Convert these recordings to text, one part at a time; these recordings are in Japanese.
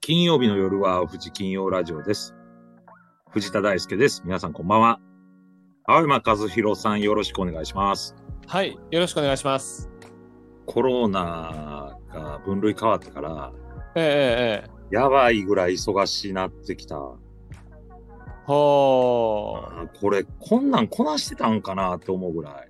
金曜日の夜は富士金曜ラジオです。藤田大輔です。皆さんこんばんは。青山和弘さんよろしくお願いします。はい、よろしくお願いします。コロナが分類変わってから、えええええやばいぐらい忙しいなってきた。え。ほー。あこれ、こんなんこなしてたんかなって思うぐらい。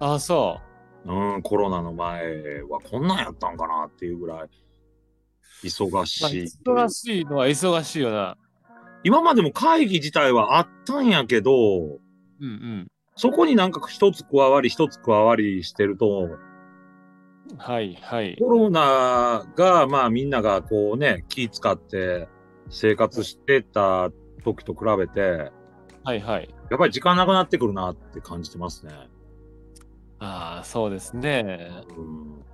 あ、そうん、コロナの前はこんなんやったんかなっていうぐらい忙う。まあしい。忙しいのは忙しいよな。今までも会議自体はあったんやけど、うんうん。そこになんか一つ加わり一つ加わりしてると、はいはい。コロナが、まあみんながこうね、気使って生活してた時と比べて、はいはい。やっぱり時間なくなってくるなって感じてますね。ああ、そうですね。うん、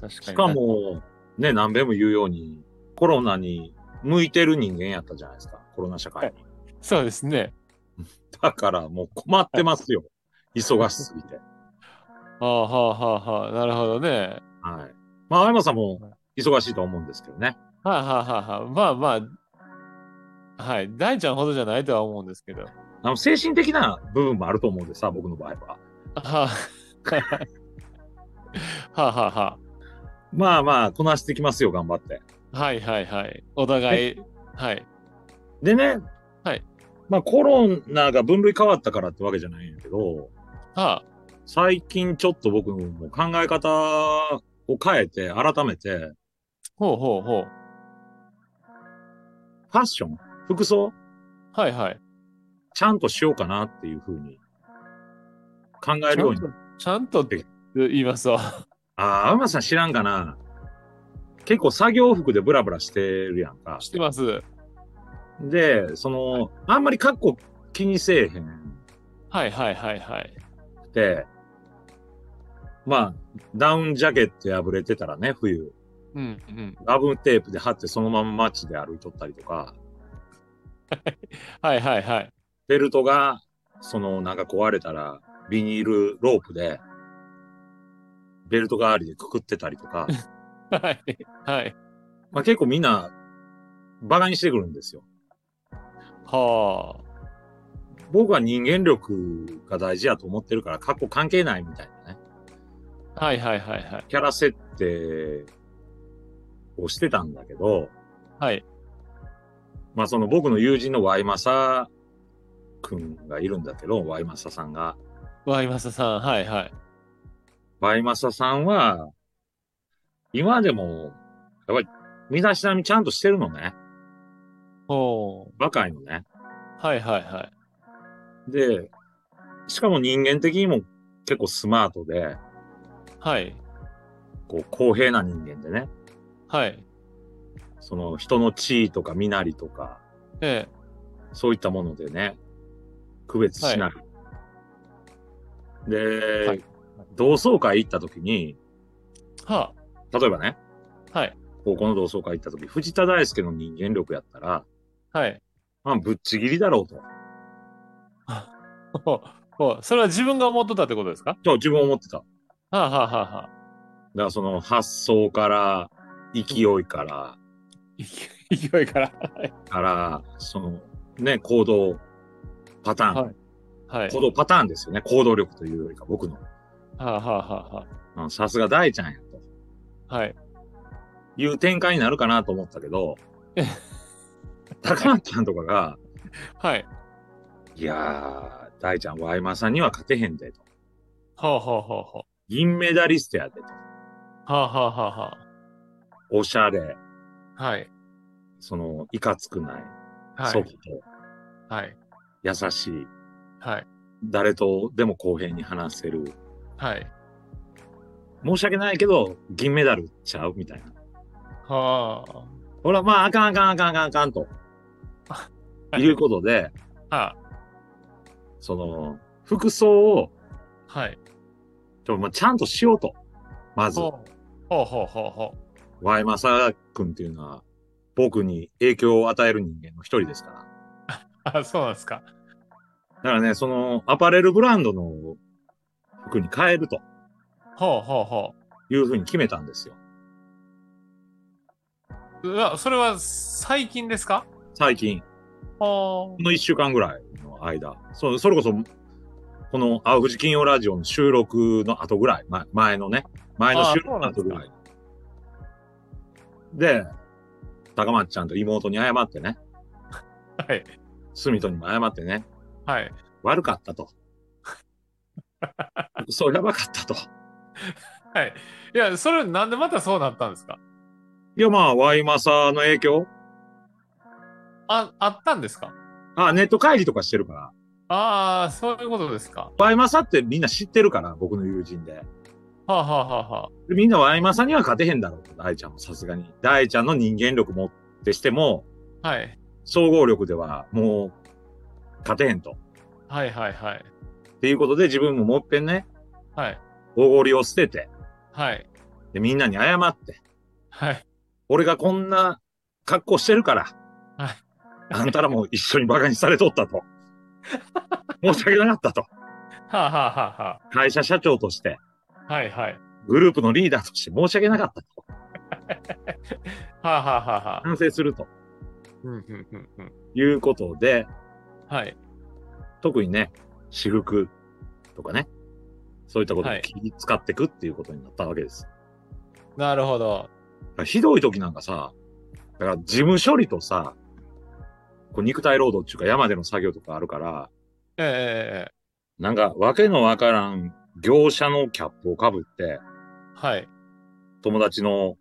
確かに。しか。も、ね、何べも言うように、コロナに向いてる人間やったじゃないですか、コロナ社会に。そうですね。だからもう困ってますよ。忙しすぎて。はあはあはあはあ。なるほどね。はい。まあ、相馬さんも忙しいと思うんですけどね。はあはあはあはあ。まあまあ。はい。大ちゃんほどじゃないとは思うんですけど。あの精神的な部分もあると思うんでさ、僕の場合は。はあ。はあはあはまあまあ、こなしてきますよ、頑張って。あ。はいはいはい。お互い。はい。でね、はい。まあ、コロナが分類変わったからってわけじゃないんやけど、は最近ちょっと僕も考え方を変えて、改めて、あ。ほうほうほう。ファッション、服装、はいはい。ちゃんとしようかなっていうふうに考えるように。ちゃんとって言いますわ。ああ、馬さん知らんかな結構作業服でブラブラしてるやんか。してます。で、その、あんまり格好気にせえへんはいはいはいはい。くて、まあ、ダウンジャケット破れてたらね、冬、うんうん。ガブテープで貼ってそのまま街で歩いとったりとか、はいはいはい。ベルトが、その、なんか壊れたら、ビニールロープで、ベルト代わりでくくってたりとか、はいはい。まあ結構みんな、バカにしてくるんですよ。は僕は人間力が大事やと思ってるから、過去関係ないみたいなね、あ。はいはいはいはい。キャラ設定をしてたんだけど、はい。まあその僕の友人のワイマサくんがいるんだけど、ワイマサさんが。ワイマサさん、はいはい。ワイマサさんは、今でも、やっぱり、身だしなみちゃんとしてるのね。ほ若いのね。う。はいはいはい。で、しかも人間的にも結構スマートで、はい。こう公平な人間でね。はい。その人の地位とか身なりとか、ええ。そういったものでね、区別しない。で、はい同窓会行った時に、は例えばね、あ。はい。高校の同窓会行った時、藤田大輔の人間力やったら、はい。まあ、ぶっちぎりだろうと。ほう。ほう。それは自分が思っとったってことですかと自分思ってた。だかはあはあはあはあ。らその発想から、勢いから、勢いから。から、そのね、行動パターン、はいはい。行動パターンですよね。行動力というよりか、僕の。はあはあはうんさすが大ちゃんやと。あはあ。はい。いう展開になるかなと思ったけ ど、高松ちゃんとかが、はい。いやー、大ちゃん、ワイマーさんには勝てへんで、と。ほうほうほうほう。銀メダリストやで、と。はあはあはあはおしゃれ、あ。はい。その、いかつくない、はソいフ。ト、はい。優しい、はい。誰とでも公平に話せる。はい。申し訳ないけど、銀メダルちゃうみたいな。はあ。ほら、まあ、あかんあかんあかんあかんあかんと。はいいうことで、はその、服装を、あ、はい。ちょ、まあ、ちゃんとしようと。まず。ほうほうほうほうほワイマサ君っていうのは、僕に影響を与える人間の一人ですから。う。あ、そうなんですか。だからね、そのアパレルブランドの服に変えると。はあはあはいうふうに決めたんですよ。あ。うわ、それは最近ですか最近、はこの1週間ぐらいの間、そそれこそ、この青藤金曜ラジオの収録の後ぐらい、前前のね、前の収録の後ぐらい。で、高松ちゃんと妹に謝ってね、あ。はい。住人にも謝ってね、はい。悪かったと。そりゃばかったと。はい。いや、それなんでまたそうなったんですかいや、まあ、ワイマサの影響あ、あったんですかあ、ネット会議とかしてるから。ああ、そういうことですか。ワイマサってみんな知ってるから、僕の友人で。はあ、はあはあはでみんなワイマサには勝てへんだろうと、大ちゃんもさすがに。大ちゃんの人間力持ってしても、あ、はい。総合力ではもう勝てへんと。はいはいはい。っていうことで自分ももう一遍ね、はい。おごりを捨てて、はい。で、みんなに謝って、はい。俺がこんな格好してるから、はいあんたらも一緒に馬鹿にされとったと。申し訳なかったと。はあ、はあはあは会社社長として、あ、はいはい。グループのリーダーとして申し訳なかったと。はあ、はあはあはあ。反省するとうんうんうんうん。いうことで、はい。特にね、私服とかね、そういったことをはい気に使っていくっていうことになったわけです。なるほだど。からひどい時なんかさ、だから事務処理とさ、こう肉体労働っていうか山での作業とかあるから、ええなんかわけのわからん業者のキャップをかぶって、ええはい。友達の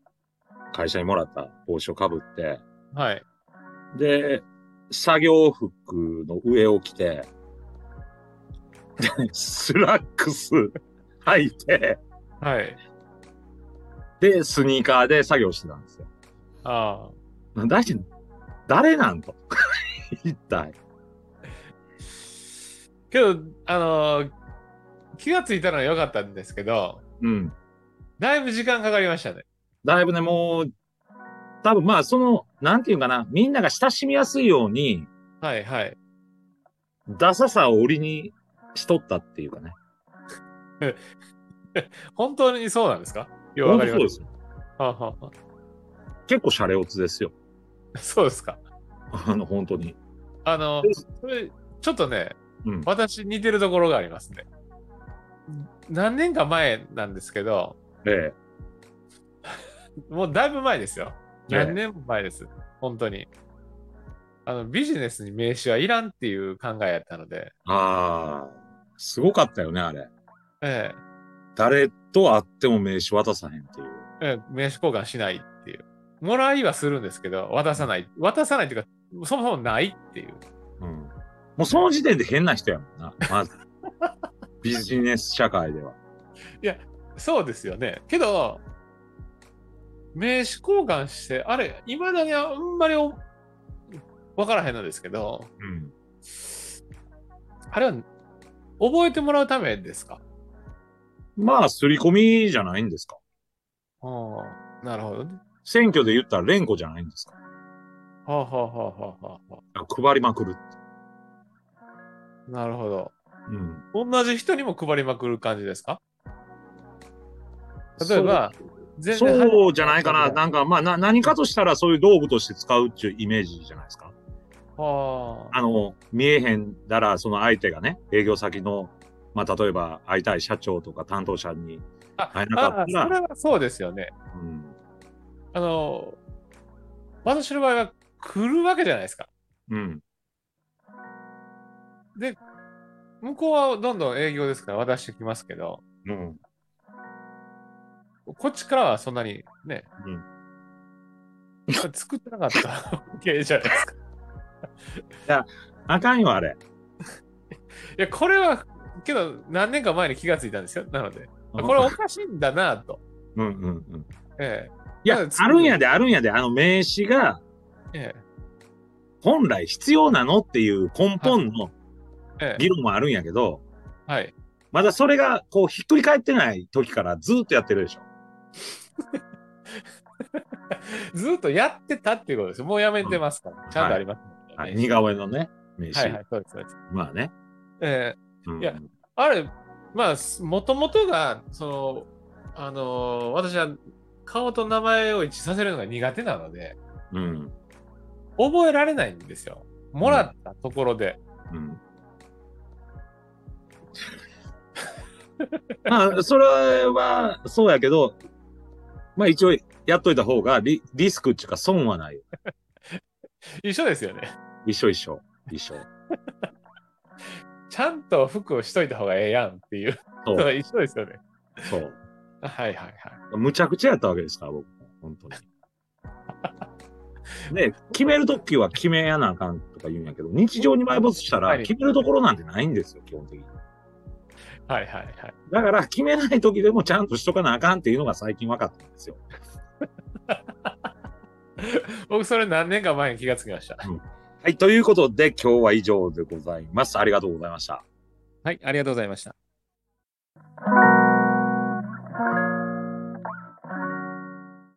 会社にもらった帽子をかぶって、はい。で、作業服の上を着て、でスラックス履いて、はい。で、スニーカーで作業してたんですよ。あな大臣、誰なんと 一体。あ。けど、あのー気がついたのは良かったんですけど、うん。だいぶ時間かかりましたね。だいぶね、もう、多分まあ、その、なんていうかな、みんなが親しみやすいように、はいはい。ダサさを売りにしとったっていうかね。本当にそうなんですかようわかりま本当す。そうですよはあはあは結構シャレオツですよ。あそうですか。あの、本当に。あので、それ、ちょっとね、うん私似てるところがありますね。何年か前なんですけど、えもうだいぶ前ですよ。ええ何年も前です。本当に。あの、ビジネスに名刺はいらんっていう考えやったので、ああ、すごかったよね、あれ。ええ誰と会っても名刺渡さへんっていう。ええ名刺交換しないっていう。もらいはするんですけど、渡さない。渡さないっていうか、そもそもないっていう。うん。もうその時点で変な人やもんな。まず。ビジネス社会では。そうですよね。けど、名刺交換して、あれ、いまだにあんまりおわからへんのですけど、うん。あれは覚えてもらうためですかまあ、すり込みじゃないんですか。なるほどね。選挙で言ったら連呼じゃないんですか。はあ、はあはあはあはあは配りまくる。あ、なるほど。うん。同じ人にも配りまくる感じですか例えばそう、全そうじゃないかな。なんか、まあ、な、何かとしたらそういう道具として使うっていうイメージじゃないですか。はあ、あの、見えへんだら、その相手がね、営業先の、まあ、例えば、会いたい社長とか担当者に、あ会えなかあったあそら、れはそうですよね。うん。あの、私の場合は来るわけじゃないですか。うん。向こうはどんどん営業ですから渡してきますけど、うん。こっちからはそんなにね、うん作ってなかった わけじゃないですか。あかんよ、あれ。いや、これは、けど何年か前に気がついたんですよ。なので、あこれおかしいんだなと。うんうんうん。えいやだか、らあるんやで、あるんやで、あの名刺がえ、え本来必要なのっていう根本のえ、ええ、議論もあるんやけど、はい。まだそれがこうひっくり返ってない時からずっとやってるでしょ。ずーっとやってたっていうことです。もうやめてますから、んちゃんとありますもんね、はい似顔絵のね、名は刺。いはい、そうです、そうです。まあね。ええうんいやあれ、まあ、もともとが、その、あのー私は顔と名前を一致させるのが苦手なので、うん。覚えられないんですよ。もらったところで。 うん。まあ、それは、そうやけど、まあ一応、やっといた方がリ、リスクっていうか損はないよ。一緒ですよね。一緒一緒。一緒。ちゃんと服をしといた方がええやんっていう。そう。一緒ですよね。そう。はいはいはい。むちゃくちゃやったわけですから、僕。本 当に。ね決めるときは決めやなあかんとか言うんやけど、日常に埋没したらはい決めるところなんてないんですよ、基本的に。はいはいはい。だから、決めないときでもちゃんとしとかなあかんっていうのが最近分かったんですよ。僕、それ何年か前に気がつきました。はい、ということで今日は以上でございます。ありがとうございました。はい、ありがとうございました。